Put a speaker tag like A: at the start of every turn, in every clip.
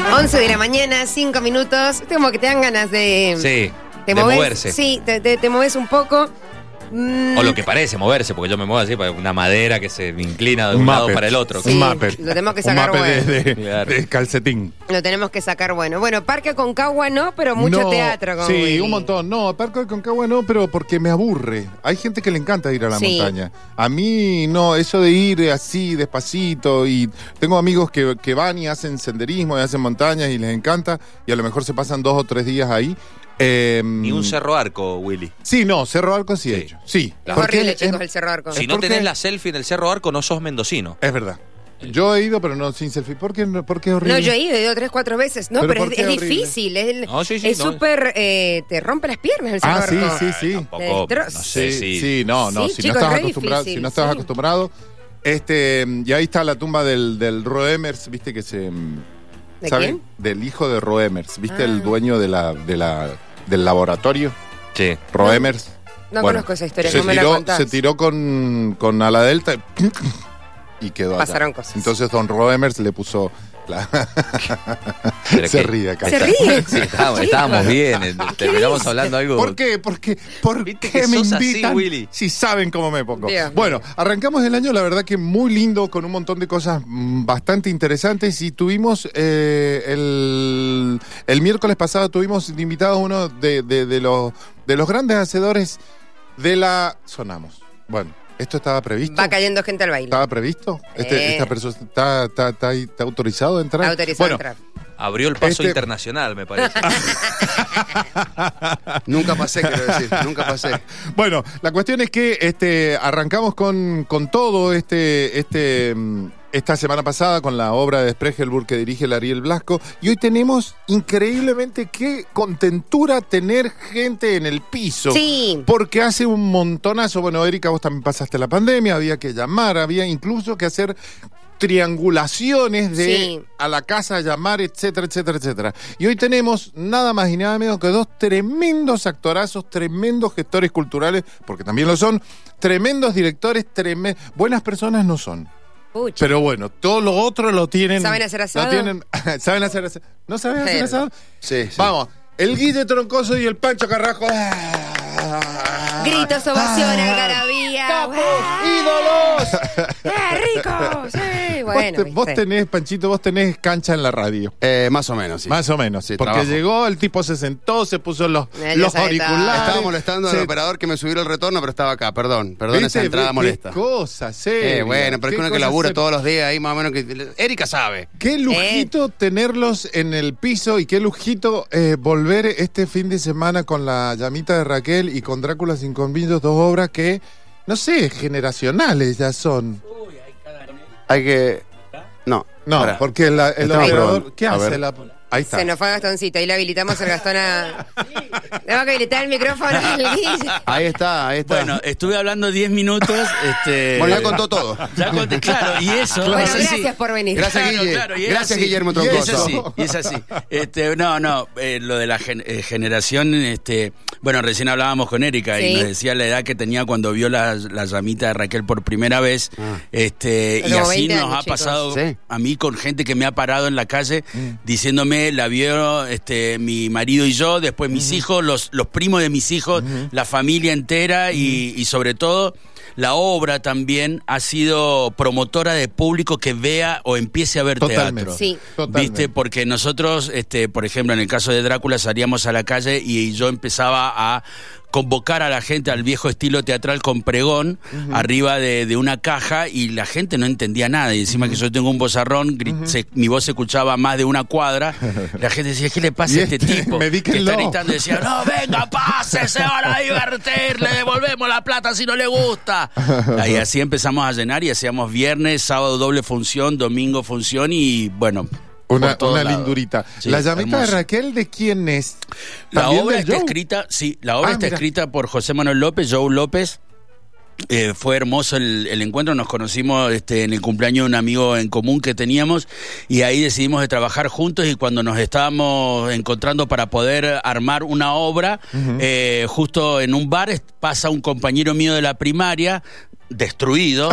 A: 11 de la mañana, 5 minutos. Como que te dan ganas de.
B: Sí,
A: te
B: de
A: movés,
B: moverse.
A: Sí, te, te- te moves un poco. Mm,
B: O lo que parece moverse, porque yo me muevo así, para una madera que se inclina de un, lado
C: Muppet.
B: para el otro.
A: Sí.
C: Un Muppet.
A: lo tenemos que
C: Un
A: sacar,
C: Muppet de-
A: bueno.
C: de,
B: Claro.
C: de calcetín.
A: Lo tenemos que sacar bueno. Bueno, Parque Aconcagua no, pero mucho
C: No,
A: teatro. Con
C: Sí,
A: Willy.
C: un montón. No, Parque de Concagua no, pero porque me aburre. Hay gente que le encanta ir a la
A: Sí.
C: montaña. A mí no, eso de ir así, despacito. Y tengo amigos que, que van y hacen senderismo y hacen montañas y les encanta. Y a lo mejor se pasan dos o tres días ahí. Eh,
B: Ni un cerro arco, Willy.
C: Sí, no, Cerro Arco sí, he
B: Sí.
C: hecho. Sí.
A: Es
C: porque
A: horrible,
C: es-
A: chicos, el Cerro Arco.
B: Si no
C: porque-
B: tenés la selfie en el cerro arco, no sos mendocino.
C: Es verdad. Yo he ido, pero no sin selfie. ¿Por qué, no- por qué es horrible?
A: No, yo he ido, he ido tres, cuatro veces. No,
C: Pero
A: pero,
C: ¿por
A: es,
C: qué
A: es
C: horrible?
A: difícil. Es
B: No, sí, sí,
A: es
B: no.
A: súper. eh, te rompe las piernas el Cerro
C: Ah, sí,
A: Arco.
C: sí, sí.
B: Tampoco,
A: Del
B: no
A: tro-
B: sé
C: sí,
B: si...
C: sí, no, no,
A: Sí,
C: si,
A: chicos,
C: no
A: es
C: estás
A: re
C: acostumbrado,
A: difícil,
C: si no estás
A: sí.
C: acostumbrado, este, y ahí está la tumba del, del Roemers, viste que se, mm,
A: ¿De quién?
C: Del hijo de Roemers, viste
A: Ah.
C: el dueño de la, de la, del laboratorio,
B: Sí.
C: Roemers.
A: No
C: Bueno,
A: conozco esa historia.
C: se,
A: no me la
C: tiró,
A: contás.
C: se tiró con, con ala delta y quedó allá.
A: Pasaron cosas.
C: Entonces don Roemers le puso la...
B: Pero
C: se
B: que-
C: ríe acá.
A: Se ríe.
B: Sí, estábamos, estábamos bien, eh, terminamos hablando algo...
C: ¿Por qué? ¿Por qué, por
B: Viste
C: qué
B: que
C: me
B: sos así,
C: invitan
B: Willy.
C: si saben cómo me pongo?
A: Dios mío.
C: Bueno, arrancamos el año, la verdad que muy lindo, con un montón de cosas mm, bastante interesantes y tuvimos eh, el, el miércoles pasado tuvimos de invitado uno de, de- de los, de los grandes hacedores de la... Sonamos. Bueno, esto estaba previsto.
A: Va cayendo gente al baile.
C: ¿Estaba previsto? Este-
A: Eh.
C: ¿Esta persona está, está, está, está autorizado a entrar?
A: Está autorizado
C: bueno,
A: a entrar.
B: Abrió el paso
C: Este-
B: internacional, me parece.
D: Nunca pasé, quiero decir, nunca pasé.
C: Bueno, la cuestión es que este, arrancamos con, con todo este, este, mm, esta semana pasada con la obra de Spregelburg que dirige el Ariel Blasco y hoy tenemos increíblemente qué contentura tener gente en el piso.
A: Sí.
C: Porque hace un montonazo, bueno, Erika, vos también pasaste la pandemia, había que llamar, había incluso que hacer triangulaciones de
A: Sí.
C: a la casa a llamar, etcétera, etcétera, etcétera. Y hoy tenemos nada más y nada menos que dos tremendos actorazos, tremendos gestores culturales, porque también lo son, tremendos directores, treme- buenas personas no son.
A: Pucha.
C: Pero bueno, todo lo otro lo tienen.
A: ¿Saben hacer
C: lo
A: asado?
C: tienen- ¿Saben hacer asado? ¿No saben hacer
A: Pero.
C: asado?
D: Sí, sí.
C: Vamos, el Guille Troncoso y el Pancho Carrasco. Ah.
A: Gritos, ovación, algarabía. ¡Ah!
C: ídolos.
A: ¡Ah, rico! Sí,
C: Vos,
A: bueno.
C: te- vos
A: viste.
C: tenés, Panchito, vos tenés cancha en la radio.
D: Eh, más o menos, sí.
C: Más o menos,
D: Sí,
C: porque
D: trabajo.
C: llegó, el tipo se sentó, se puso los,
A: Eh, ya
C: los
A: sabe todo.
C: auriculares.
D: Estaba molestando al
C: se-
D: operador que me subió el retorno, pero estaba acá, perdón. Perdón
C: ¿Viste?
D: esa entrada
C: ¿Qué
D: molesta.
C: cosas,
D: Eh,
C: seria,
D: bueno, pero es
C: qué
D: que uno que
C: cosas
D: labura
C: serias.
D: todos los días ahí, más o menos que. Erika sabe.
A: Eh.
C: Qué lujito tenerlos en el piso y qué lujito eh, volver este fin de semana con la llamita de Raquel y con Drácula sin convillos, dos obras que, no sé, generacionales ya son.
D: Hay que. No.
C: No,
D: Pará.
C: porque la- el
D: Estamos
C: operador,
D: probando.
C: ¿qué
D: A
C: hace?
D: ver.
C: La, ahí está.
A: Se nos fue Gastoncito. Ahí le habilitamos el Gastón a. Tengo que habilitar el micrófono al Guille.
D: Ahí está, ahí está.
E: Bueno, estuve hablando 10 minutos. Este,
D: Bueno, ya contó todo.
E: Ya conté, claro, y eso.
A: Bueno,
E: es así.
A: gracias por venir.
D: Gracias,
E: Claro,
D: Guille.
E: claro, y es
D: Gracias,
E: así.
D: Guillermo
C: Y
E: Y es
D: Troncoso.
E: así, y es así. Este, no, no, eh, lo de la gen- eh, generación, este, bueno, recién hablábamos con Erika
A: Sí.
E: y nos decía la edad que tenía cuando vio la, la llamita de Raquel por primera vez.
D: Ah.
E: Este, y
A: Como
E: así
A: 20
E: nos
A: años,
E: ha
A: chicos.
E: pasado
D: Sí.
E: a mí con gente que me ha parado en la calle diciéndome, la vio este, mi marido y yo, después mis hijos, los, los primos de mis hijos, la familia entera y, y sobre todo... La obra también ha sido promotora de público que vea o empiece a ver
C: Totalmente.
E: teatro.
A: Sí.
C: Totalmente.
E: ¿Viste? Porque nosotros, este, por ejemplo, en el caso de Drácula salíamos a la calle y yo empezaba a convocar a la gente al viejo estilo teatral con pregón arriba de, de una caja y la gente no entendía nada. Y encima que yo tengo un vozarrón, gri- se- mi voz se escuchaba a más de una cuadra. La gente decía, ¿qué le pasa
C: Y
E: a este
C: este,
E: tipo?
C: me di que
E: que está
C: no.
E: gritando y decía, no, venga, pase, se van a divertir, le devolvemos la plata si no le gusta. Y así empezamos a llenar y hacíamos viernes, sábado doble función, domingo función y bueno.
C: Una,
E: por todos
C: una
E: lados.
C: lindurita.
E: Sí,
C: la llamita de
E: hermoso.
C: Raquel, ¿de quién es?
E: La
C: ¿También
E: obra
C: del
E: está
C: Joe?
E: escrita, sí, la obra
C: Ah,
E: está
C: mira.
E: escrita por José Manuel López, Joe López. Eh, fue hermoso el, el encuentro, nos conocimos este, en el cumpleaños de un amigo en común que teníamos y ahí decidimos de trabajar juntos y cuando nos estábamos encontrando para poder armar una obra, eh, justo en un bar es- pasa un compañero mío de la primaria, destruido.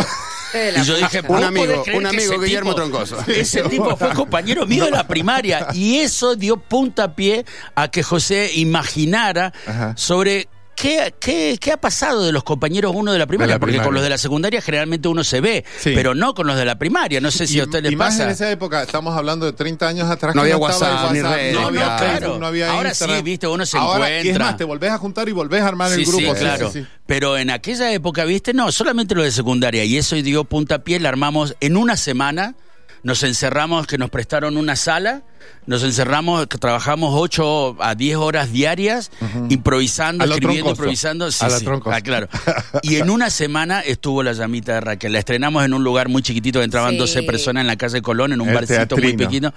A: de la
E: Y yo dije,
A: puta.
E: "¿Vos
D: Un amigo,
E: podés creer
D: un
E: que
D: amigo,
E: ese
D: Guillermo
E: tipo-
D: Troncoso".
E: Ese tipo fue compañero mío de la primaria y eso dio puntapié a que José imaginara
C: Ajá.
E: sobre qué, qué, qué ha pasado de los compañeros uno de la primaria,
C: la
E: porque con
C: primaria.
E: los de la secundaria generalmente uno se ve,
C: Sí.
E: pero no con los de la primaria. No sé si
C: y,
E: a usted le
C: y más
E: pasa.
C: en esa época, estamos hablando de 30 años atrás.
D: No
C: que
D: había
C: estaba el
D: WhatsApp, ni redes,
E: No,
C: no había
E: no,
C: Facebook,
E: claro.
C: no había
E: Ahora
C: Instagram.
E: sí, viste, uno se
C: Ahora, Y es
E: encuentra.
C: más, te volvés a juntar y volvés a armar
E: Sí,
C: el grupo.
E: sí,
C: sí,
E: claro.
C: sí, sí.
E: Pero en aquella época, viste, no, solamente lo de secundaria. Y eso dio puntapié, la armamos en una semana. Nos encerramos, que nos prestaron una sala. Nos encerramos, que trabajamos 8 a 10 horas diarias, improvisando,
C: A lo
E: escribiendo,
C: troncoso.
E: improvisando. Sí,
C: A lo
E: sí.
C: troncoso.
E: Ah, claro. Y en una semana estuvo la llamita de Raquel. La estrenamos en un lugar muy chiquitito, que entraban
A: Sí.
E: 12 personas en la calle Colón, en un
C: El
E: barcito muy
C: teatrino.
E: pequeño.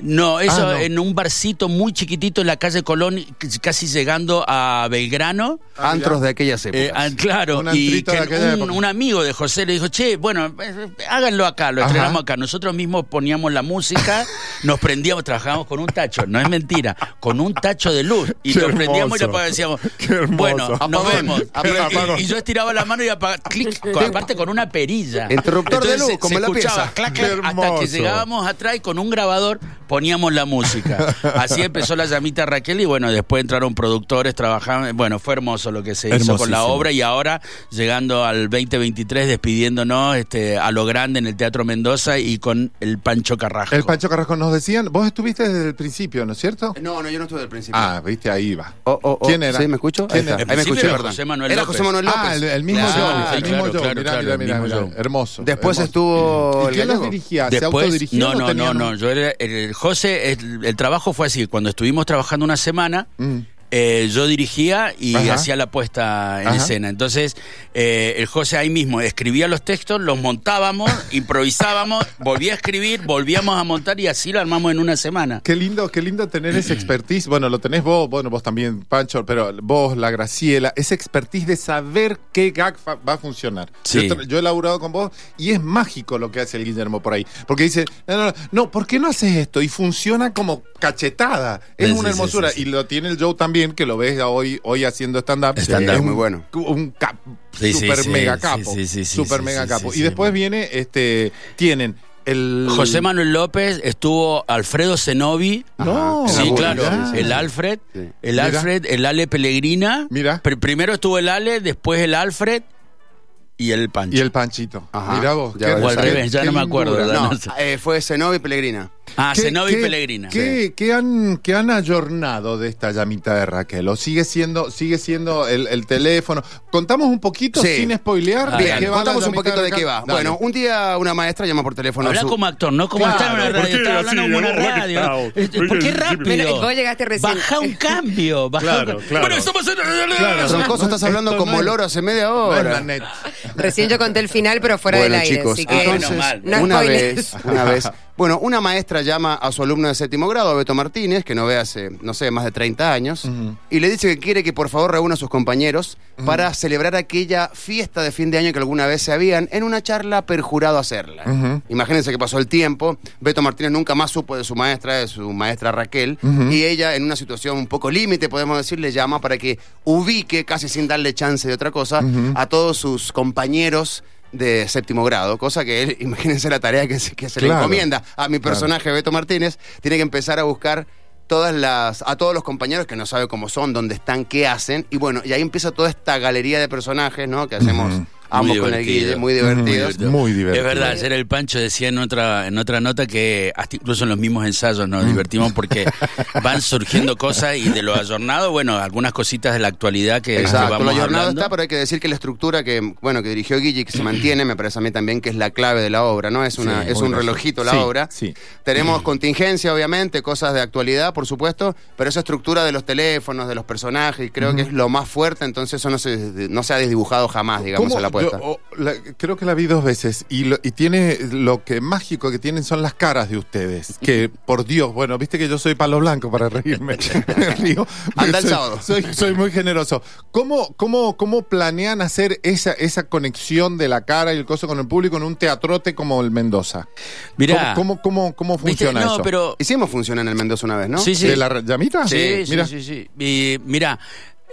E: No, eso
C: Ah, no.
E: en un barcito muy chiquitito en la calle Colón, casi llegando a Belgrano.
D: Antros de aquellas
E: Eh,
D: épocas.
E: ah, claro,
C: pues, Un
E: y
C: antrito
E: que
C: de aquella
E: un,
C: época.
E: un amigo de José le dijo, che, bueno, eh, eh, háganlo acá, lo
C: Ajá.
E: estrenamos acá. Nosotros mismos poníamos la música, nos prendíamos, trabajábamos con un tacho, no es mentira, con un tacho de luz. Y
C: Qué
E: nos prendíamos y
C: hermoso.
E: lo decíamos,
C: Qué hermoso.
E: bueno, nos
D: Apagón,
E: vemos.
D: apagón.
E: Y- Y, y yo estiraba la mano y apagaba, clic, con- aparte con una perilla.
D: Interruptor de luz,
E: se-
D: como
E: se
D: la
E: escuchaba,
D: pieza.
E: clac,
C: Qué
E: clac, hasta
C: hermoso.
E: que llegábamos atrás y con un grabador poníamos la música. Así empezó la llamita Raquel y bueno, después entraron productores, trabajaban, bueno, fue hermoso lo que se hizo con la
C: Hermosísimo.
E: obra y ahora llegando al 2023 despidiéndonos este, a lo grande en el Teatro Mendoza y con el Pancho Carrasco.
C: El Pancho Carrasco nos decían, vos estuviste desde el principio, ¿no es cierto?
D: No, no, yo no estuve del principio.
C: Ah, viste, ahí va.
D: Oh, oh, oh.
C: ¿Quién era?
D: ¿Sí, me escucho?
C: ¿Quién
D: Ahí, está.
C: era?
D: Ahí me
E: principio
D: escuché,
E: era
D: perdón.
E: José Manuel
D: era
E: López.
D: José Manuel López.
C: Ah, el, el mismo
E: Claro,
C: yo,
E: sí,
C: el mismo
E: claro,
C: yo,
E: claro,
C: mirá,
E: claro,
C: mirá,
E: el
C: mirá,
E: mismo
C: mirá,
E: yo.
C: hermoso.
D: Después
C: hermoso.
D: estuvo
C: ¿Y
D: el
C: quién los
D: gallego.
C: dirigía? ¿Se
E: Después,
C: autodirigía
E: no,
C: o
E: no, no,
C: tenían
E: no,
C: un-
E: yo era- el- José, el- el trabajo fue así, cuando estuvimos trabajando una semana,
C: Mm.
E: Eh, yo dirigía y
C: Ajá.
E: hacía la puesta en
C: Ajá.
E: escena. Entonces, eh, el José ahí mismo escribía los textos, los montábamos, improvisábamos, volvía a escribir, volvíamos a montar y así lo armamos en una semana.
C: Qué lindo, qué lindo tener ese expertise. Bueno, lo tenés vos, bueno, vos también, Pancho, pero vos, la Graciela, ese expertise de saber qué gag fa- va a funcionar.
E: Sí.
C: Yo, tra- yo he laburado con vos y es mágico lo que hace el Guillermo por ahí. Porque dice, no, no, no, no, ¿por qué no haces esto? Y funciona como cachetada. Es
E: Sí,
C: una
E: sí, sí,
C: hermosura.
E: sí, sí.
C: Y lo tiene el Joe también, que lo ves ya hoy, hoy haciendo stand-up.
E: Stand-up,
C: Es un-
D: muy bueno.
C: Un cap-
E: Sí, sí,
C: super
E: sí,
C: mega
E: sí,
C: capo.
E: sí, sí, sí,
C: super
E: sí,
C: mega
E: sí,
C: capo.
E: sí,
C: y
E: sí.
C: después viene, este, tienen el.
E: José Manuel López estuvo Alfredo Zenobi.
C: No,
D: Ajá.
E: Sí,
D: Mirá.
E: claro.
C: mirá.
E: El Alfred,
D: Sí.
E: el
C: Mirá.
E: Alfred, el Ale Pellegrina.
C: Mirá.
E: Pr- primero estuvo el Ale, después el Alfred y el Pancho.
C: Y el panchito.
D: Ajá.
C: Mirá vos.
D: Ya
C: qué-
D: va, ya
C: qué-
D: sabe.
E: revés, ya
C: qué
E: no me acuerdo,
C: lindura.
E: ¿verdad?
D: No,
E: No sé.
D: eh, fue Zenobi Pellegrina.
E: ah,
C: ¿Qué-
E: Zenobi
C: qué-
E: Pellegrina.
C: ¿qué, qué han, qué han ayornado de esta llamita de Raquel? ¿O sigue siendo, sigue siendo el, el teléfono? Contamos un poquito,
D: Sí.
C: sin spoilear,
E: Bien,
C: de qué va la
D: Contamos un
C: llamita
D: poquito de
C: Raquel.
D: qué va.
C: Dale.
D: Bueno, un día una maestra llama por teléfono. a
E: Habla
D: su-
E: como actor, no como
C: Claro,
E: está en una
F: ¿por
E: radio.
F: qué
E: Está
F: así,
E: hablando como una
F: vos que
E: radio.
F: estás,
E: ¿no? Este, ¿Por qué
F: Jimmy?
E: rápido?
A: Vos llegaste recién.
E: Baja un cambio. Baja
F: Claro,
E: un... ca-
F: claro.
E: Bueno, estamos en...
D: Troncoso, estás hablando
C: Esto no
D: como
C: es-
D: loro hace media
C: No es la
D: hora.
C: net.
A: Recién yo conté el final, pero fuera
D: bueno,
A: del aire.
D: chicos,
A: así que
D: entonces,
E: Menos mal.
A: No
D: una
A: spoilers.
D: vez, una vez. Bueno, una maestra llama a su alumno de séptimo grado, Beto Martínez, que no ve hace, no sé, más de 30 años, y le dice que quiere que por favor reúna a sus compañeros para celebrar aquella fiesta de fin de año que alguna vez se habían en una charla perjurado hacerla.
C: Ujú.
D: Imagínense que pasó el tiempo, Beto Martínez nunca más supo de su maestra, de su maestra Raquel,
C: Ujú.
D: y ella en una situación un poco límite, podemos decir, le llama para que ubique, casi sin darle chance de otra cosa,
C: Ujú.
D: a todos sus compañeros de séptimo grado, cosa que él, imagínense la tarea que se, que se le
C: Claro.
D: encomienda a mi
C: Claro.
D: personaje Beto Martínez, tiene que empezar a buscar todas las a todos los compañeros que no sabe cómo son, dónde están, qué hacen y bueno, y ahí empieza toda esta galería de personajes, ¿no? que hacemos
C: Ujú.
D: ambos
E: Muy
D: con el
E: divertido.
D: Guille, muy
C: Ujú. Este,
D: divertidos.
C: Muy divertido.
E: Es verdad, ayer el Pancho decía en otra, en otra nota que hasta incluso en los mismos ensayos nos divertimos porque van surgiendo cosas y de lo ayornado, bueno, algunas cositas de la actualidad que, que
D: Exacto, lo
E: vamos
D: jornada
E: hablando.
D: está, pero hay que decir que la estructura que, bueno, que dirigió Guille, que se mantiene, me parece a mí también que es la clave de la obra, ¿no? Es, una,
C: Sí,
D: es
C: muy
D: un
C: bien.
D: relojito la
C: Sí,
D: obra.
C: sí.
D: Tenemos contingencia, obviamente, cosas de actualidad, por supuesto, pero esa estructura de los teléfonos, de los personajes, creo que es lo más fuerte, entonces eso no se, no se ha desdibujado jamás, digamos,
C: ¿Cómo?
D: en la apuesta.
C: Yo, oh, la- creo que la vi dos veces y, lo- y tiene lo que mágico que tienen son las caras de ustedes. Que por Dios, bueno, viste que yo soy palo blanco para reírme. Me río, pero
D: Anda el
C: soy,
D: sábado.
C: Soy, soy muy generoso. ¿Cómo, cómo, cómo planean hacer esa, esa conexión de la cara y el coso con el público en un teatrote como el Mendoza?
E: Mirá.
C: ¿Cómo, cómo, cómo, cómo
E: ¿Viste?
C: funciona
E: no,
C: eso?
E: pero
D: Hicimos funcionar en el Mendoza una vez, ¿no?
E: Sí, sí.
C: ¿De la llamita?
E: Sí, sí,
C: Mira.
E: sí, sí. Y mira,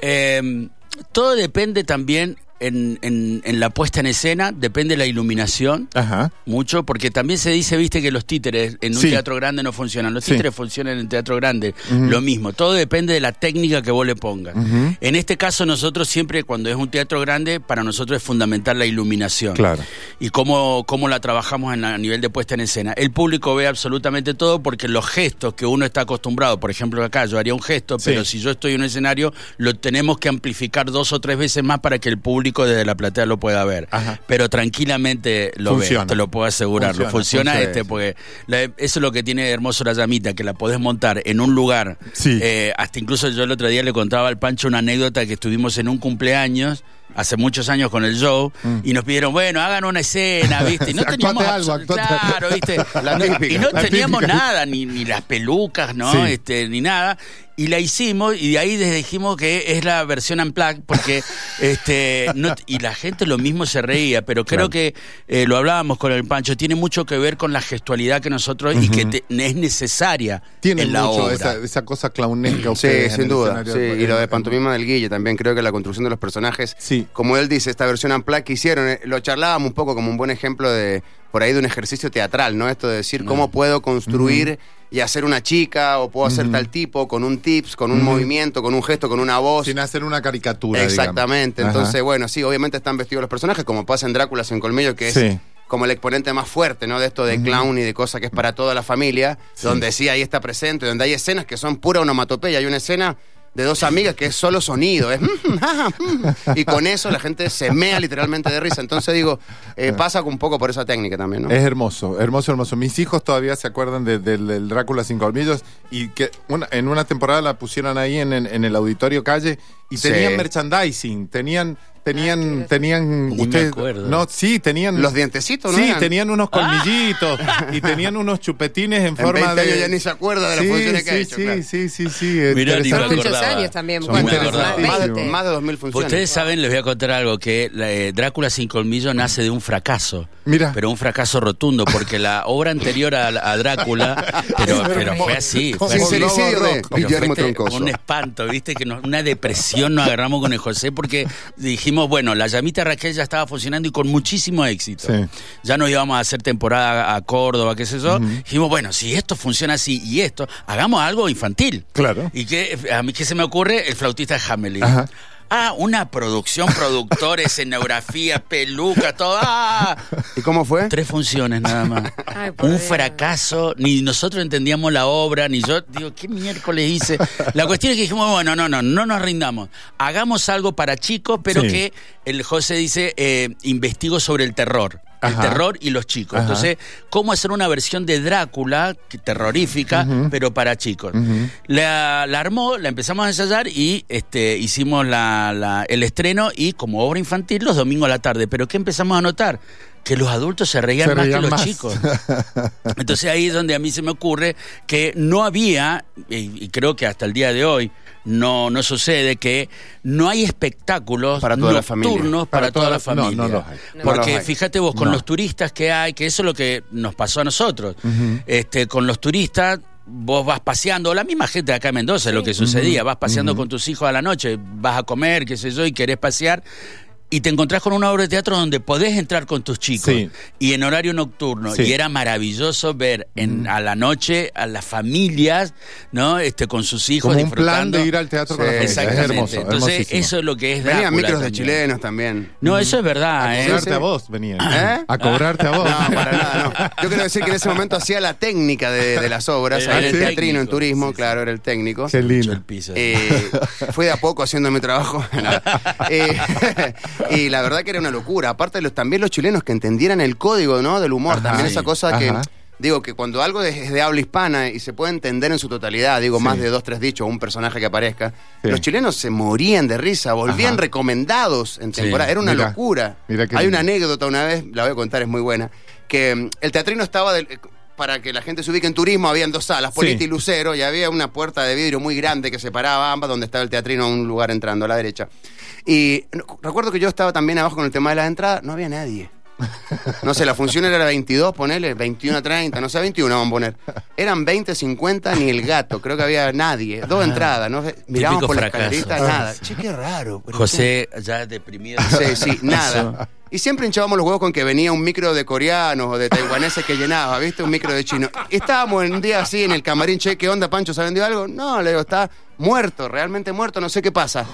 E: eh, todo depende también en, en- en la puesta en escena, depende de la iluminación.
C: Ajá.
E: Mucho, porque también se dice, viste, que los títeres en un
C: Sí.
E: teatro grande no funcionan. Los
C: Sí.
E: títeres funcionan en teatro grande. Lo mismo. Todo depende de la técnica que vos le pongas.
C: Ujú.
E: En este caso, nosotros siempre, cuando es un teatro grande, para nosotros es fundamental la iluminación.
C: Claro.
E: Y cómo, cómo la trabajamos en la- a nivel de puesta en escena. El público ve absolutamente todo porque los gestos que uno está acostumbrado, por ejemplo, acá yo haría un gesto,
C: Sí.
E: pero si yo estoy en un escenario, lo tenemos que amplificar dos o tres veces más para que el público desde la platea lo pueda ver.
C: Ajá.
E: Pero tranquilamente lo
C: Funciona.
E: ve, te lo puedo asegurar.
C: Funciona,
E: Funciona, funciona,
C: funciona,
E: este,
C: sí.
E: porque la- eso es lo que tiene de hermoso la llamita, que la podés montar en un lugar.
C: Sí.
E: Eh, hasta incluso yo el otro día le contaba al Pancho una anécdota que estuvimos en un cumpleaños. Hace muchos años con el show y nos pidieron, bueno, hagan una escena, ¿viste? Y no
C: Mm. Actuate
E: teníamos
C: algo,
E: absol-
C: actuate.
E: Claro, ¿viste?
D: La típica,
E: y no
C: la
E: teníamos
C: típica.
E: nada, ni, ni las pelucas, ¿no?
C: Sí.
E: Este, ni nada. Y la hicimos y de ahí les dijimos que es la versión unplugged porque este no- y la gente lo mismo se reía, pero
C: Claro.
E: creo que eh, lo hablábamos con el Pancho, tiene mucho que ver con la gestualidad que nosotros y que te- es necesaria
C: Tiene
E: en la
C: mucho
E: obra.
C: esa, esa cosa clownesca.
D: Sí,
C: ustedes en
D: sin
C: el
D: duda.
C: escenario.
D: sí. Y lo de
C: Eh,
D: pantomima del Guille también, creo que la construcción de los personajes,
C: Sí.
D: como él dice, esta versión amplá que hicieron, eh, lo charlábamos un poco como un buen ejemplo de, por ahí, de un ejercicio teatral, ¿no? Esto de decir, ¿cómo puedo construir y hacer una chica o puedo hacer tal tipo con un tips, con un movimiento, con un gesto, con una voz?
C: Sin hacer una caricatura.
D: Exactamente.
C: digamos.
D: Entonces,
C: Ajá.
D: bueno, sí, obviamente están vestidos los personajes, como pasa en Drácula en Colmillo, que es
C: Sí.
D: como el exponente más fuerte, ¿no? De esto de clown y de cosas que es para toda la familia, donde sí ahí está presente, donde hay escenas que son pura onomatopeya. Hay una escena de dos amigas que es solo sonido, es mm, ah, mm, y con eso la gente se mea literalmente de risa. Entonces digo, eh, pasa un poco por esa técnica también, ¿no?
C: Es hermoso, hermoso, hermoso. Mis hijos todavía se acuerdan de- del- del Drácula sin colmillos y que una- en una temporada la pusieron ahí en, en- en el auditorio calle y
D: Sí.
C: tenían merchandising, tenían, tenían, tenían.
E: Ni me
C: ustedes-
E: acuerdo.
C: No, sí, tenían.
D: Los dientecitos, ¿no?
C: Sí,
D: eran? Ah.
C: tenían unos colmillitos y tenían unos chupetines en,
D: En
C: forma
D: 20
C: de.
D: años ya ni se acuerda de las
C: Sí,
D: funciones que ha
C: sí,
D: hecho,
C: Sí,
D: claro.
C: sí, sí, sí.
E: Mirá, ni me
A: Son
C: interesante.
A: muchos
E: acordaba.
A: años también.
E: Son
A: ¿Cuántos?
C: muy
A: Más
C: interesantes.
A: de
D: Más de,
A: 20.
D: más de 2.000 funciones.
E: Ustedes saben, les voy a contar algo, que la, eh, Drácula sin colmillo nace de un fracaso.
C: Mira.
E: Pero un fracaso rotundo, porque la obra anterior a, a Drácula, pero, pero fue así.
C: Como
E: Fue así.
D: Sincericidio
C: Lobo
D: de
C: Rock.
E: Pero
D: Guillermo
E: fue este-
D: Troncoso.
E: Un espanto, viste, que nos- una depresión nos agarramos con el José porque dijimos, bueno, la llamita Raquel ya estaba funcionando y con muchísimo éxito.
C: Sí.
E: Ya nos íbamos a hacer temporada a Córdoba, qué sé yo. Dijimos, bueno, si esto funciona así y esto, hagamos algo infantil.
C: Claro.
E: ¿Y que a mí qué se me ocurre? El flautista Hamelin.
C: Ajá.
E: Ah, una producción, productores, escenografía, peluca, todo. Ah,
D: ¿Y cómo fue?
E: Tres funciones nada más.
A: Ay, por
E: un
A: Dios.
E: fracaso, ni nosotros entendíamos la obra, ni yo. Digo, ¿qué miércoles hice? La cuestión es que dijimos, bueno, no, no, no nos rindamos. Hagamos algo para chicos, pero
C: Sí.
E: que el José dice, eh, investigo sobre el terror.
C: Ajá.
E: El terror y los chicos.
C: Ajá.
E: Entonces, ¿cómo hacer una versión de Drácula que- terrorífica, pero para chicos?
C: Ujú.
E: la, la armó, la empezamos a ensayar y este, hicimos la- la- el estreno y como obra infantil los domingos a la tarde. Pero ¿qué empezamos a notar? Que los adultos se reían
C: Se
E: más
C: reían
E: que los
C: más.
E: chicos. Entonces ahí es donde a mí se me ocurre que no había, y, y creo que hasta el día de hoy no, no sucede, que no hay espectáculos
D: Para toda la familia.
E: nocturnos para, toda la
C: no,
E: familia.
C: no los hay.
A: No
E: Porque
D: los hay.
E: fíjate vos, con
C: No.
E: los turistas que hay, que eso es lo que nos pasó a nosotros. este, con los turistas. Vos vas paseando, la misma gente de acá en Mendoza, es lo que sucedía, vas paseando con tus hijos a la noche, vas a comer, qué sé yo, y querés pasear, y te encontrás con una obra de teatro donde podés entrar con tus chicos
C: Sí.
E: y en horario nocturno.
C: Sí.
E: Y era maravilloso ver en, a la noche a las familias, ¿no? Este, con sus hijos
C: Como un
E: disfrutando.
C: plan de ir al teatro con la
D: Sí,
C: familia. Es
E: Exactamente.
C: hermoso.
E: Entonces,
C: hermosísimo.
E: eso es lo que es Drácula
D: Venían micros de
E: también.
D: chilenos también.
E: No, eso es verdad,
C: A
E: ¿eh?
C: cobrarte a vos venían.
D: ¿Eh?
C: A cobrarte a vos.
D: No, para nada, no. Yo quiero decir que en ese momento hacía la técnica de, de las obras,
E: Era
D: ahí en
E: el
D: el teatrino,
E: técnico.
D: en turismo,
E: Sí, sí.
D: claro, era el técnico.
C: Qué
E: Mucho
C: lindo.
E: el piso.
D: Eh, fue de a poco haciendo mi trabajo. No. Eh, y la verdad que era una locura. Aparte, los, también los chilenos que entendieran el código ¿no? del humor,
C: Ajá.
D: también
E: Sí.
D: esa cosa que.
C: Ajá.
D: Digo que cuando algo es es de habla hispana y se puede entender en su totalidad, digo, más
C: Sí.
D: de dos, tres dichos, un personaje que aparezca,
C: Sí.
D: los chilenos se morían de risa, volvían
C: Ajá.
D: recomendados en
E: Sí.
D: temporada. Era una
C: Mirá.
D: locura.
C: Mirá qué
D: Hay una
C: lindo.
D: anécdota una vez, la voy a contar, es muy buena, que mm, el teatrino estaba del- eh, para que la gente se ubique en turismo, habían dos salas,
C: Sí.
D: Politi y Lucero, y había una puerta de vidrio muy grande que separaba ambas, donde estaba el teatrino, un lugar entrando a la derecha. Y no, recuerdo que yo estaba también abajo con el tema de las entradas, no había nadie. No sé, la función era 22, ponele, 21 a 30, no sé, 21 vamos a poner. Eran 20, 50, ni el gato, creo que había nadie. Dos entradas, ¿no? Miramos
E: Típico
D: por la
E: fracaso.
D: escalerita, nada. Che, qué raro. pero
E: José, ya deprimido.
D: Sí, sí, nada. Y siempre hinchábamos los huevos con que venía un micro de coreanos o de taiwaneses que llenaba, ¿viste? Un micro de chino. Y estábamos un día así en el camarín, che, ¿qué onda, Pancho? ¿Se vendió algo? No, le digo, está muerto, realmente muerto, no sé qué pasa.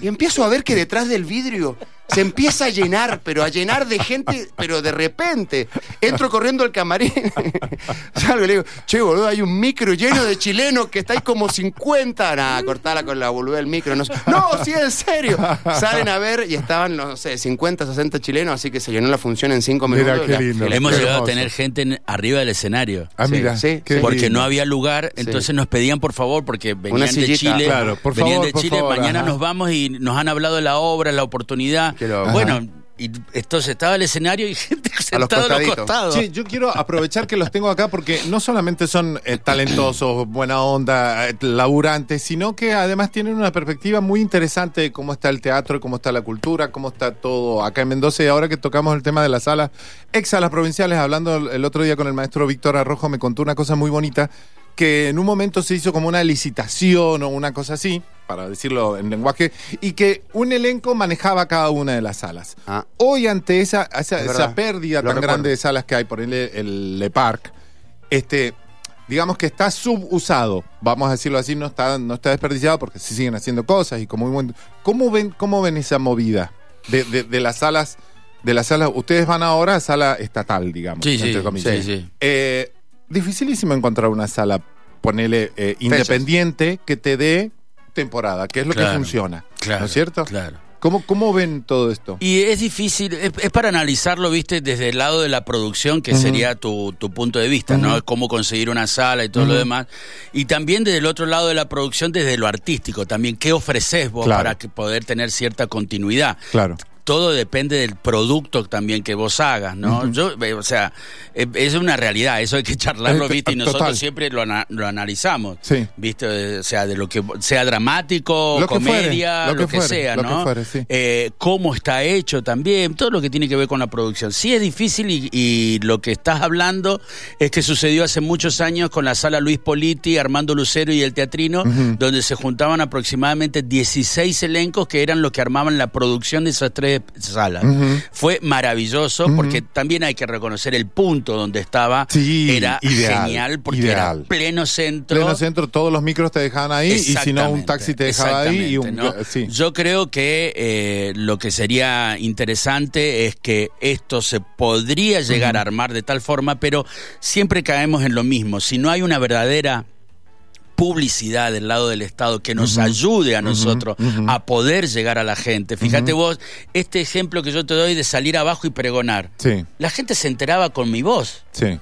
D: Y empiezo a ver que detrás del vidrio se empieza a llenar, pero a llenar de gente, pero de repente. Entro corriendo al camarín, salgo y le digo, che, boludo, hay un micro lleno de chilenos que estáis como 50. Nada, cortala con la boluda del micro. No, sé. no, sí, en serio. Salen a ver y estaban, no sé, 50, 60 chilenos, así que se llenó la función en 5
C: Mira,
D: minutos.
C: qué
D: La-
C: lindo.
D: la-
E: Hemos
C: Qué
E: llegado a
C: hermoso.
E: tener gente en- arriba del escenario.
C: Ah,
D: Sí,
C: mira.
D: sí,
C: qué
D: sí.
E: Porque
C: lindo.
E: no había lugar, entonces nos pedían por favor, porque venían de
D: sillita.
E: Chile.
C: Claro, por
E: venían
C: favor,
E: de
C: por
E: Chile,
C: favor,
E: mañana
C: ajá.
E: nos vamos y nos han hablado de la obra, la oportunidad.
D: Qué loco.
E: Bueno, y entonces estaba el escenario y gente
D: A los
E: sentada a los
D: costaditos.
E: costados.
C: Che, yo quiero aprovechar que los tengo acá porque no solamente son eh, talentosos, buena onda, eh, laburantes, sino que además tienen una perspectiva muy interesante de cómo está el teatro, cómo está la cultura, cómo está todo acá en Mendoza. Y ahora que tocamos el tema de las salas, ex salas provinciales, hablando el- el otro día con el maestro Víctor Arrojo, me contó una cosa muy bonita que en un momento se hizo como una licitación o una cosa así, para decirlo en lenguaje, y que un elenco manejaba cada una de las salas.
D: Ah.
C: Hoy ante esa, esa,
D: Es
C: esa
D: verdad.
C: pérdida
D: Lo
C: tan
D: recuerdo.
C: grande de salas que hay, por el, el Le Parc, este, digamos que está subusado, vamos a decirlo así, no está, no está desperdiciado porque se siguen haciendo cosas y como muy buen- ¿Cómo ven, cómo ven esa movida de, de- de las salas? De las salas, ustedes van ahora a sala estatal, digamos.
E: Sí, sí,
C: entre comillas.
E: sí, sí.
C: Eh, dificilísimo encontrar una sala, ponele, eh, independiente, que te dé temporada, que es lo que
E: Claro,
C: funciona.
E: claro,
C: ¿No es cierto?
E: Claro.
C: ¿Cómo, ¿Cómo ven todo esto?
E: Y es difícil, es, es para analizarlo, viste, desde el lado de la producción, que sería tu, tu punto de vista, ¿no? Cómo conseguir una sala y todo lo demás. Y también desde el otro lado de la producción, desde lo artístico también. ¿Qué ofreces vos
C: Claro.
E: para que poder tener cierta continuidad?
C: Claro.
E: todo depende del producto también que vos hagas, ¿no? Yo, eh, o sea, eh, es una realidad, eso hay que charlarlo,
C: Eh, to-
E: ¿viste? Y nosotros
C: total.
E: siempre lo, ana- lo analizamos,
C: Sí.
E: ¿viste? Eh, O sea, de lo que sea dramático,
C: Lo que fuere,
E: comedia,
C: lo
E: lo,
C: que
E: que,
C: fuere,
E: sea,
C: lo
E: ¿no?
C: que fuere, sí.
E: Eh, cómo está hecho también, todo lo que tiene que ver con la producción. Sí es difícil y, y lo que estás hablando es que sucedió hace muchos años con la sala Luis Politi, Armando Lucero y el Teatrino, donde se juntaban aproximadamente 16 elencos que eran los que armaban la producción de esas tres salas. Fue maravilloso porque también hay que reconocer el punto donde estaba.
C: Sí,
E: era
C: ideal,
E: genial porque
C: ideal.
E: era pleno centro.
C: pleno centro, todos los micros te dejaban ahí y si no un
E: Exactamente,
C: taxi te dejaba ahí y un
E: exactamente, ¿no?
C: sí.
E: Yo creo que eh, lo que sería interesante es que esto se podría llegar a armar de tal forma, pero siempre caemos en lo mismo. Si no hay una verdadera publicidad del lado del Estado que nos ayude a nosotros a poder llegar a la gente. Fíjate vos, este ejemplo que yo te doy de salir abajo y pregonar.
C: Sí,
E: La gente se enteraba con mi voz,
C: sí.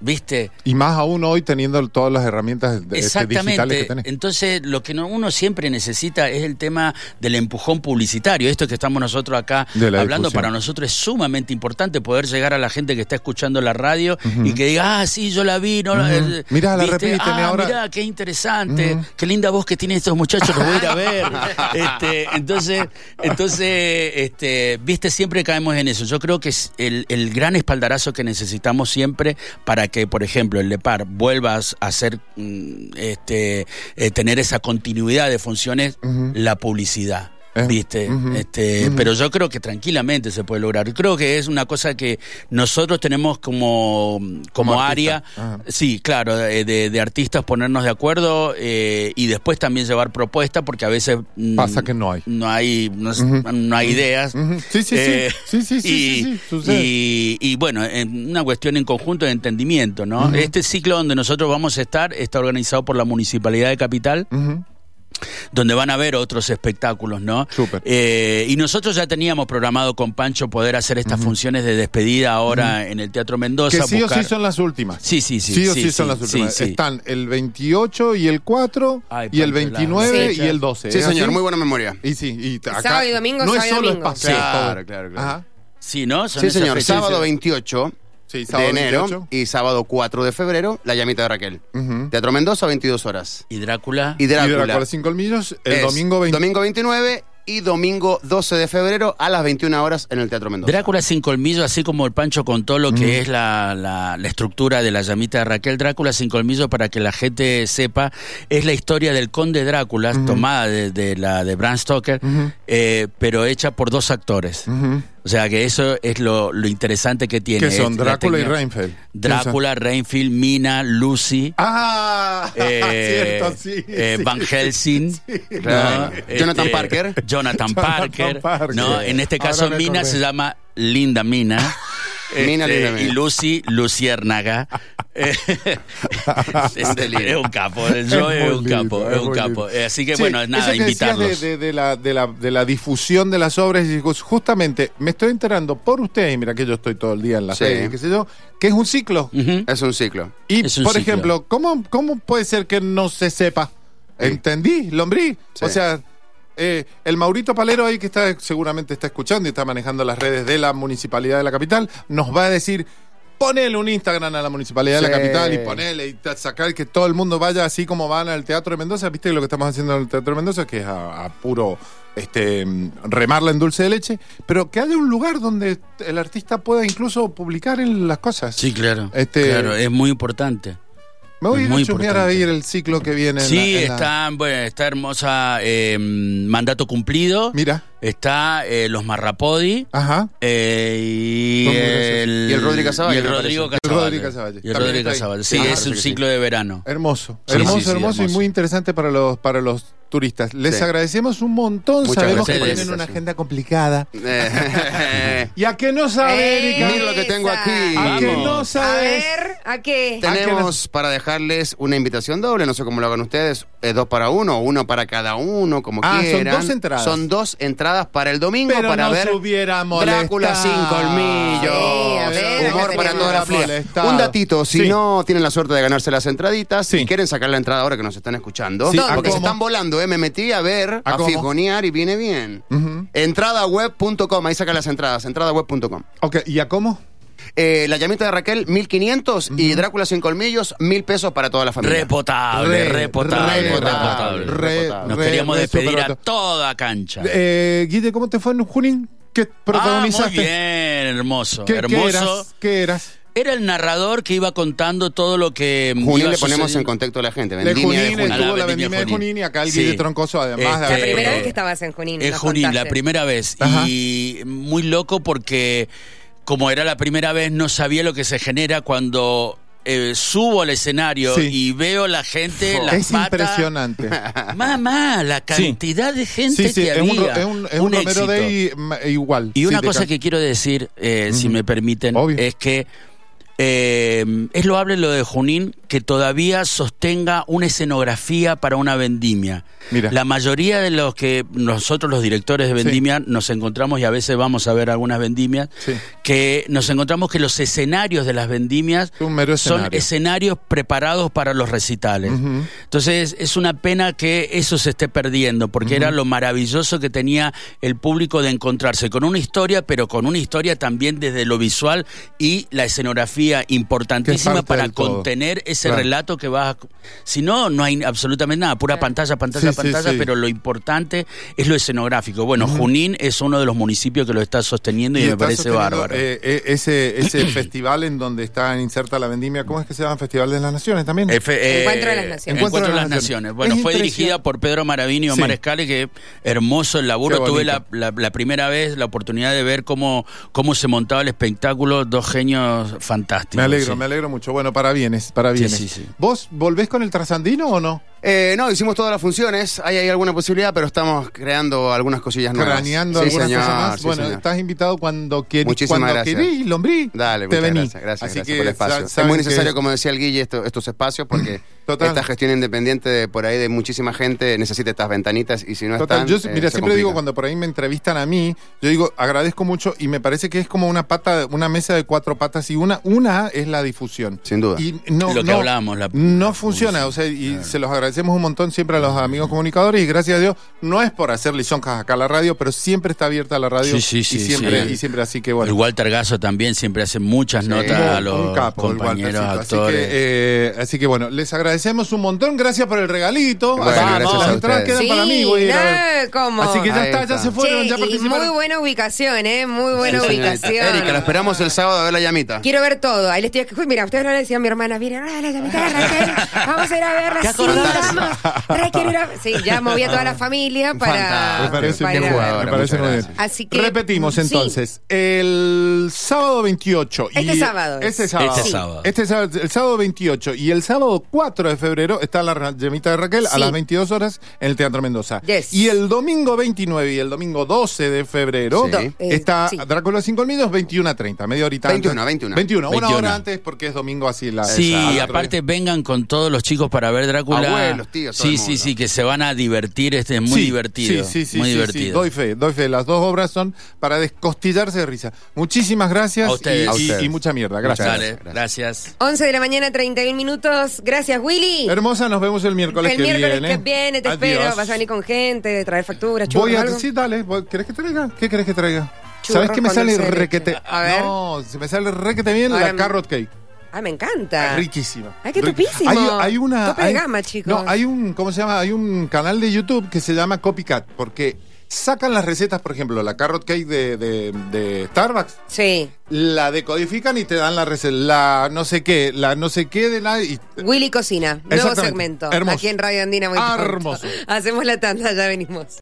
E: ¿viste?
C: Y más aún hoy teniendo todas las herramientas de- este, digitales que tenés.
E: Entonces, lo que no- uno siempre necesita es el tema del empujón publicitario. Esto que estamos nosotros acá
C: De la
E: hablando
C: difusión.
E: para nosotros es sumamente importante poder llegar a la gente que está escuchando la radio y que diga, ah, sí, yo la vi. No, la- eh,
C: Mirá, la
E: ¿viste?
C: repiten
E: ah,
C: ahora".
E: Mirá, qué interesante. Qué linda voz que tienen estos muchachos. Los voy a ir a ver. Este, entonces, entonces este, viste, siempre caemos en eso. Yo creo que es el, el gran espaldarazo que necesitamos siempre para que, por ejemplo, el LEPAR vuelva a s- a hacer, mm, este, eh, tener esa continuidad de funciones, la publicidad.
C: Eh,
E: ¿Viste?
C: ujú,
E: este, Pero yo creo que tranquilamente se puede lograr. Creo que es una cosa que nosotros tenemos como, como,
C: Como
E: área,
C: artista, ajá.
E: sí, claro, de, de- de artistas ponernos de acuerdo eh, y después también llevar propuestas porque a veces mm,
C: Pasa que no hay.
E: no hay, no, es-
C: Ujú.
E: no hay ideas.
C: Ujú. Sí, sí, sí.
E: Eh,
C: sí, sí, sí, sí,
E: y,
C: sí, sucede.
E: y- y bueno, en una cuestión en conjunto de entendimiento, ¿no? Este ciclo donde nosotros vamos a estar está organizado por la Municipalidad de Capital
C: Ujú.
E: donde van a haber otros espectáculos, ¿no?
C: Súper.
E: Eh, y nosotros ya teníamos programado con Pancho poder hacer estas funciones de despedida ahora en el Teatro Mendoza.
C: Que sí o
E: buscar-
C: sí son las últimas.
E: Sí, sí, sí,
C: Sí o sí,
E: sí,
C: son
E: sí,
C: las últimas.
E: sí, sí.
C: Están el 28 y el 4
E: Ay,
C: y el
E: Pancho, la-
C: 29
A: Sí.
C: y el 12.
D: Sí,
C: ¿es
D: señor,
C: así?
D: muy buena memoria.
C: Y sí, y acá
A: Sábado y domingo,
C: no es
A: sábado y
C: solo
A: domingo.
C: espacio.
D: Claro, claro, claro.
C: Ajá.
E: Sí, ¿no? Son
D: Sí,
E: esas
D: señor,
E: fechas.
D: sábado 28
C: Sí, sábado
D: de enero
C: 28.
D: y sábado 4 de febrero, La Llamita de Raquel.
C: Ujú.
D: Teatro Mendoza, 22 horas.
E: Y Drácula.
D: Y
C: Y de la
D: Drácula.
C: Cola Sin Colmillos, el
D: es
C: domingo 20.
D: domingo 29 y domingo 12 de febrero a las 21 horas en el Teatro Mendoza.
E: Drácula sin colmillo, así como el Pancho contó lo que es la, la- la estructura de la llamita de Raquel. Drácula sin colmillo, para que la gente sepa, es la historia del conde Drácula, tomada de, de la de Bram Stoker, eh, pero hecha por dos actores.
C: Ujú.
E: O sea que eso es lo, lo interesante que tiene. este
C: ¿Qué son?
E: Es la
C: Drácula y
E: técnica.
C: Reinfeldt.
E: Drácula, Reinfield, Mina, Lucy.
C: Ah,
E: eh,
C: cierto, sí.
E: eh,
C: sí.
E: Van Helsing, ¿no?
D: Claro. Jonathan
E: Este,
D: Parker.
E: Jonathan
C: Jonathan
E: Parker,
C: Parker.
E: ¿no? En este
C: Ahora
E: caso
C: me
E: Mina
C: acordé.
E: se llama Linda Mina,
D: Mina,
E: Este,
D: Linda Mina.
E: y Lucy Luciérnaga. Eh, es, es un capo, yo es,
C: muy
E: un
C: lindo,
E: capo,
C: es
E: es un
C: muy
E: capo.
C: lindo.
E: Eh, Así que
C: Sí,
E: bueno, nada,
C: eso que decías
E: invitarlos.
C: De, de- de la, de, la, de la difusión de las obras, y jus- justamente me estoy enterando por ustedes, y mira que yo estoy todo el día en la
D: Sí.
C: serie, qué sé yo, que es un ciclo.
E: Ujú.
D: Es un ciclo.
C: Y,
E: Es un
C: por
E: ciclo.
C: ejemplo, ¿cómo, ¿cómo puede ser que no se sepa? ¿Entendí? ¿Lombrí?
D: Sí.
C: O sea, eh, el Maurito Palero ahí que está seguramente está escuchando y está manejando las redes de la Municipalidad de la Capital, nos va a decir, ponele un Instagram a la Municipalidad de la
D: Sí.
C: Capital y ponele y ta- sacar que todo el mundo vaya así como van al Teatro de Mendoza. ¿Viste lo que estamos haciendo en el Teatro de Mendoza? Que es a, a puro este mm, remarla en dulce de leche, pero que haya un lugar donde el artista pueda incluso publicar en las cosas.
E: Sí, claro.
C: Este-
E: Claro, es muy importante.
C: Me voy a ir
E: Muy
C: a chusmear
E: importante.
C: a ir el ciclo que viene. en
E: Sí,
C: la- en la-
E: está, bueno, está hermosa eh, Mandato Cumplido.
C: Mira,
E: Está eh, Los Marrapodi.
C: ajá.
E: eh, y,
C: Son muy graciosos.
E: el,
D: Y el Rodri Casavalle,
E: Y el
D: me
E: Rodrigo
D: parece.
C: El
E: Casavalle.
C: Rodri Casavalle.
E: Y el
C: También
E: Rodri
C: está ahí.
E: Casavalle. Sí,
D: Ah,
E: es
D: parece
E: un
D: que
E: ciclo de verano.
C: Hermoso.
E: Sí,
C: hermoso,
E: sí, sí,
C: hermoso y
E: hermoso.
C: muy interesante para los, para los turistas. Les
D: Sí.
C: agradecemos un montón.
D: Muchas
C: Sabemos que
E: gracias.
C: tienen una agenda complicada.
D: Eh,
C: ¿Y a qué no sabe,
A: Eh,
C: Erika?
D: Mira lo que tengo aquí.
C: ¿A
E: Vamos.
C: qué Ah, no
A: A
C: sabes?
A: ver, ¿a qué?
C: Ah, que
D: Tenemos
C: las-
D: para dejarles una invitación doble, no sé cómo lo hagan ustedes, es dos para uno, o uno para cada uno, como
C: Ah, son
D: quieran.
C: dos entradas.
D: Son dos entradas para el domingo
C: Pero
D: para
C: no
D: ver
C: se hubiera molestado.
D: Drácula sin colmillo.
A: Sí, a ver, acá
D: Humor para
A: tenemos.
D: toda la fría.
C: Molestado.
D: Un datito, si
C: Sí.
D: no tienen la suerte de ganarse las entraditas,
C: Sí.
D: si quieren sacar la entrada ahora que nos están escuchando,
C: Sí, ¿a
D: porque se
C: cómo?
D: están volando, ¿eh? me metí a ver,
C: ¿A
D: a,
C: cómo?
D: fisgonear y viene bien.
C: Ujú.
D: Entradaweb.com, ahí sacan las entradas, entradaweb.com.
C: Ok, ¿y a cómo?
D: Eh, la llamita de Raquel, 1500 y Drácula sin colmillos, 1000 pesos para toda la familia.
E: Repotable,
C: Re-
E: repotable,
C: re-
E: repotable.
C: re-
E: Nos
C: re-
E: queríamos
C: re-
E: despedir a
C: superbarato.
E: toda cancha.
C: Eh, Guille, ¿cómo te fue en Junín? ¿Qué protagonizaste?
E: Ah, muy bien, hermoso.
C: ¿Qué,
E: hermoso.
C: ¿Qué eras? ¿Qué eras?
E: Era el narrador que iba contando todo lo que. mm,
D: Junín
E: iba
D: le ponemos en
E: sucediendo.
D: contexto a la gente.
C: De
D: vendimia de
C: Junín,
D: Junín.
E: A la
C: estuvo la vendimia de Junín, y acá el Guille
E: Sí.
C: Troncoso, además de
E: Este,
A: La primera
E: eh,
A: vez que estabas en Junín.
E: En
A: nos
E: Junín, la
A: contaste.
E: primera vez.
C: Ajá.
E: Y muy loco porque, como era la primera vez, no sabía lo que se genera cuando eh, subo al escenario
C: Sí.
E: y veo la gente, las
C: Es
E: patas.
C: impresionante.
E: Mamá, la cantidad de gente
C: sí, sí,
E: que
C: es
E: había.
C: un, ro- es un, es un Romero
E: éxito.
C: Day mm, igual.
E: Y
C: Sí,
E: una
C: te
E: cosa
C: can-
E: que quiero decir, eh, si
C: Ujú.
E: me permiten,
C: Obvio.
E: es que eh, es loable lo de Junín que todavía sostenga una escenografía para una vendimia.
C: Mira.
E: La mayoría de los que nosotros los directores de vendimia nos encontramos y a veces vamos a ver algunas vendimias,
C: Sí.
E: que nos encontramos que los escenarios de las vendimias
C: Un mero
E: son
C: escenario.
E: escenarios preparados para los recitales.
C: Ujú.
E: Entonces es una pena que eso se esté perdiendo, porque era lo maravilloso que tenía el público de encontrarse con una historia, pero con una historia también desde lo visual y la escenografía
C: Que
E: importantísima
C: es parte
E: para
C: del todo.
E: contener ese
C: Claro.
E: relato que vas a... Si no, no hay absolutamente nada, pura pantalla, pantalla,
C: Sí, sí,
E: pantalla,
C: sí.
E: pero lo importante es lo escenográfico. Bueno, Junín es uno de los municipios que lo está sosteniendo y, me
C: está
E: parece
C: sosteniendo,
E: bárbaro.
C: eh, eh, ese ese festival en donde está inserta la vendimia, ¿cómo es que se llama? Festival de las Naciones también.
E: F-
A: Encuentro de las
E: eh,
A: Naciones.
E: Encuentro de las Naciones. Bueno,
C: Es
E: fue
C: impresionante.
E: dirigida por Pedro Maravini y Omar
C: Sí.
E: Escale, que hermoso el laburo.
C: Qué
E: Tuve la,
C: bonito.
E: la- la primera vez la oportunidad de ver cómo, cómo se montaba el espectáculo, dos genios fantásticos.
C: me alegro,
E: sí.
C: me alegro mucho. Bueno, para bienes, para bienes.
E: sí, sí.
C: ¿Vos volvés con el trasandino o no?
D: Eh, no, hicimos todas las funciones. Ahí hay alguna posibilidad, pero estamos creando algunas cosillas nuevas.
C: Craneando
D: Ah, Sí,
C: algunas
D: señor,
C: cosas más.
D: sí,
C: bueno,
D: señor.
C: estás invitado cuando quieras.
D: Muchísimas
C: cuando
D: gracias.
C: querís, lombrí.
D: Dale,
C: te
D: muchas
C: vení.
D: gracias. Gracias,
C: Así
D: gracias
C: que
D: por el espacio.
C: sa-
D: Es
C: saben
D: muy
C: que-
D: necesario, como decía el Guille, esto- estos espacios porque
C: Total.
D: esta gestión independiente de por ahí de muchísima gente necesita estas ventanitas y si no
C: Total,
D: están.
C: yo
D: eh, se
C: mira, siempre
D: complica.
C: digo cuando por ahí me entrevistan a mí, yo digo, agradezco mucho y me parece que es como una pata, una mesa de cuatro patas y una, una es la difusión.
D: Sin duda.
C: Y no,
E: Lo que
C: no-
E: hablábamos, la-
C: no
E: la
C: funciona, o sea, y se los agradecemos un montón siempre a los amigos comunicadores y gracias a Dios, no es por hacer lichoncas acá a la radio, pero siempre está abierta la radio
E: Sí, sí, sí,
C: y siempre,
E: sí.
C: y siempre así que bueno.
E: El Walter Gaso también siempre hace muchas notas
C: Un-
E: a los
C: Eh, un capo, el
E: compañeros
C: Waltercito.
E: actores.
C: eh, Así que, eh, así que bueno, les agradecemos. agradecemos un montón. Gracias por el regalito.
D: Bueno,
C: Así que
D: gracias
C: las
D: a
C: entradas
D: ustedes.
C: quedan para mí. voy a ir a ver.
A: no, ¿cómo?
C: Así que ya
D: Ahí
C: está, ya
D: está.
C: se fueron,
A: Che,
C: ya
A: y
C: participaron.
A: muy buena ubicación, ¿eh? Muy buena
D: señorita.
A: ubicación.
D: Erika, lo esperamos el sábado a ver la llamita.
A: Quiero ver todo. Ahí les estoy. Uy, mira, ustedes no le decían a mi hermana, mira, ahora la llamita de Raquel. Vamos a ir a verla.
E: ¿Te
A: Sí,
E: acordás?
A: vamos. Ahora quiero ir a- Sí, ya moví a toda la familia para.
C: Me parece
A: para-
C: muy
D: Qué
C: bien,
D: jugadora,
C: me parece
D: muchas
C: muy bien.
D: gracias.
A: Así que- mm,
C: Repetimos
A: sí.
C: entonces, el sábado 28.
A: Este sábado es.
C: Este sábado.
E: Este Sí. sábado.
C: Este sábado, El sábado 28 y el sábado 4 de febrero está la ra- llamita de Raquel a
A: Sí.
C: las 22 horas en el Teatro Mendoza.
A: Yes.
C: Y el domingo 29 y el domingo 12 de febrero
D: Sí. Eh,
C: está
A: sí.
C: Drácula sin colmillos 21 a 30, media horita
D: 21,
C: antes.
D: 21.
C: 21, una
E: 21.
C: hora antes porque es domingo así la
E: Sí,
C: esa,
E: y
C: la otra
E: aparte
C: vez.
E: vengan con todos los chicos para ver Drácula.
D: Abuelos, tíos, todo
E: Sí,
D: el
E: sí,
D: mundo.
E: sí, que se van a divertir, este es muy
C: Sí,
E: divertido.
C: Sí, sí, sí,
E: muy
C: sí, sí,
E: divertido.
C: Doy fe, doy fe. Las dos obras son para descostillarse de risa. Muchísimas gracias
E: A ustedes.
C: y-
E: A
C: y-
D: ustedes.
C: Y, mucha mierda. Gracias.
E: Dale,
D: Gracias.
E: gracias.
A: 11 de la mañana, 31 minutos. Gracias, Willy.
C: Hermosa, nos vemos el miércoles
A: el
C: que
A: miércoles
C: viene.
A: que viene, te
C: Adiós.
A: espero. Vas a venir con gente, traer facturas, churros,
C: Voy a
A: algo.
C: sí, dale. voy- ¿Querés que traiga? ¿Qué querés que traiga?
A: Churros
C: ¿Sabes qué me
A: con
C: sale
A: dulce de leche.
C: requete?
A: A ver.
C: No, se me sale requete bien
A: Ahora
C: la
A: me-
C: carrot cake.
A: Ah, me encanta.
C: Riquísima.
A: Ay, qué
C: Riqui-
A: topísimo.
C: Hay, hay una.
A: Tope de
C: hay-
A: gama, chicos.
C: No, hay un. ¿Cómo se llama? Hay un canal de YouTube que se llama Copycat. Porque sacan las recetas, por ejemplo, la carrot cake de, de- de Starbucks.
A: Sí.
C: La decodifican y te dan la receta. La no sé qué. La no sé qué de la. y-
A: Willy Cocina, nuevo
C: Exactamente.
A: segmento.
C: Hermoso.
A: Aquí en Radio Andina muy pronto.
C: Hermoso.
A: Hacemos la tanda, ya venimos.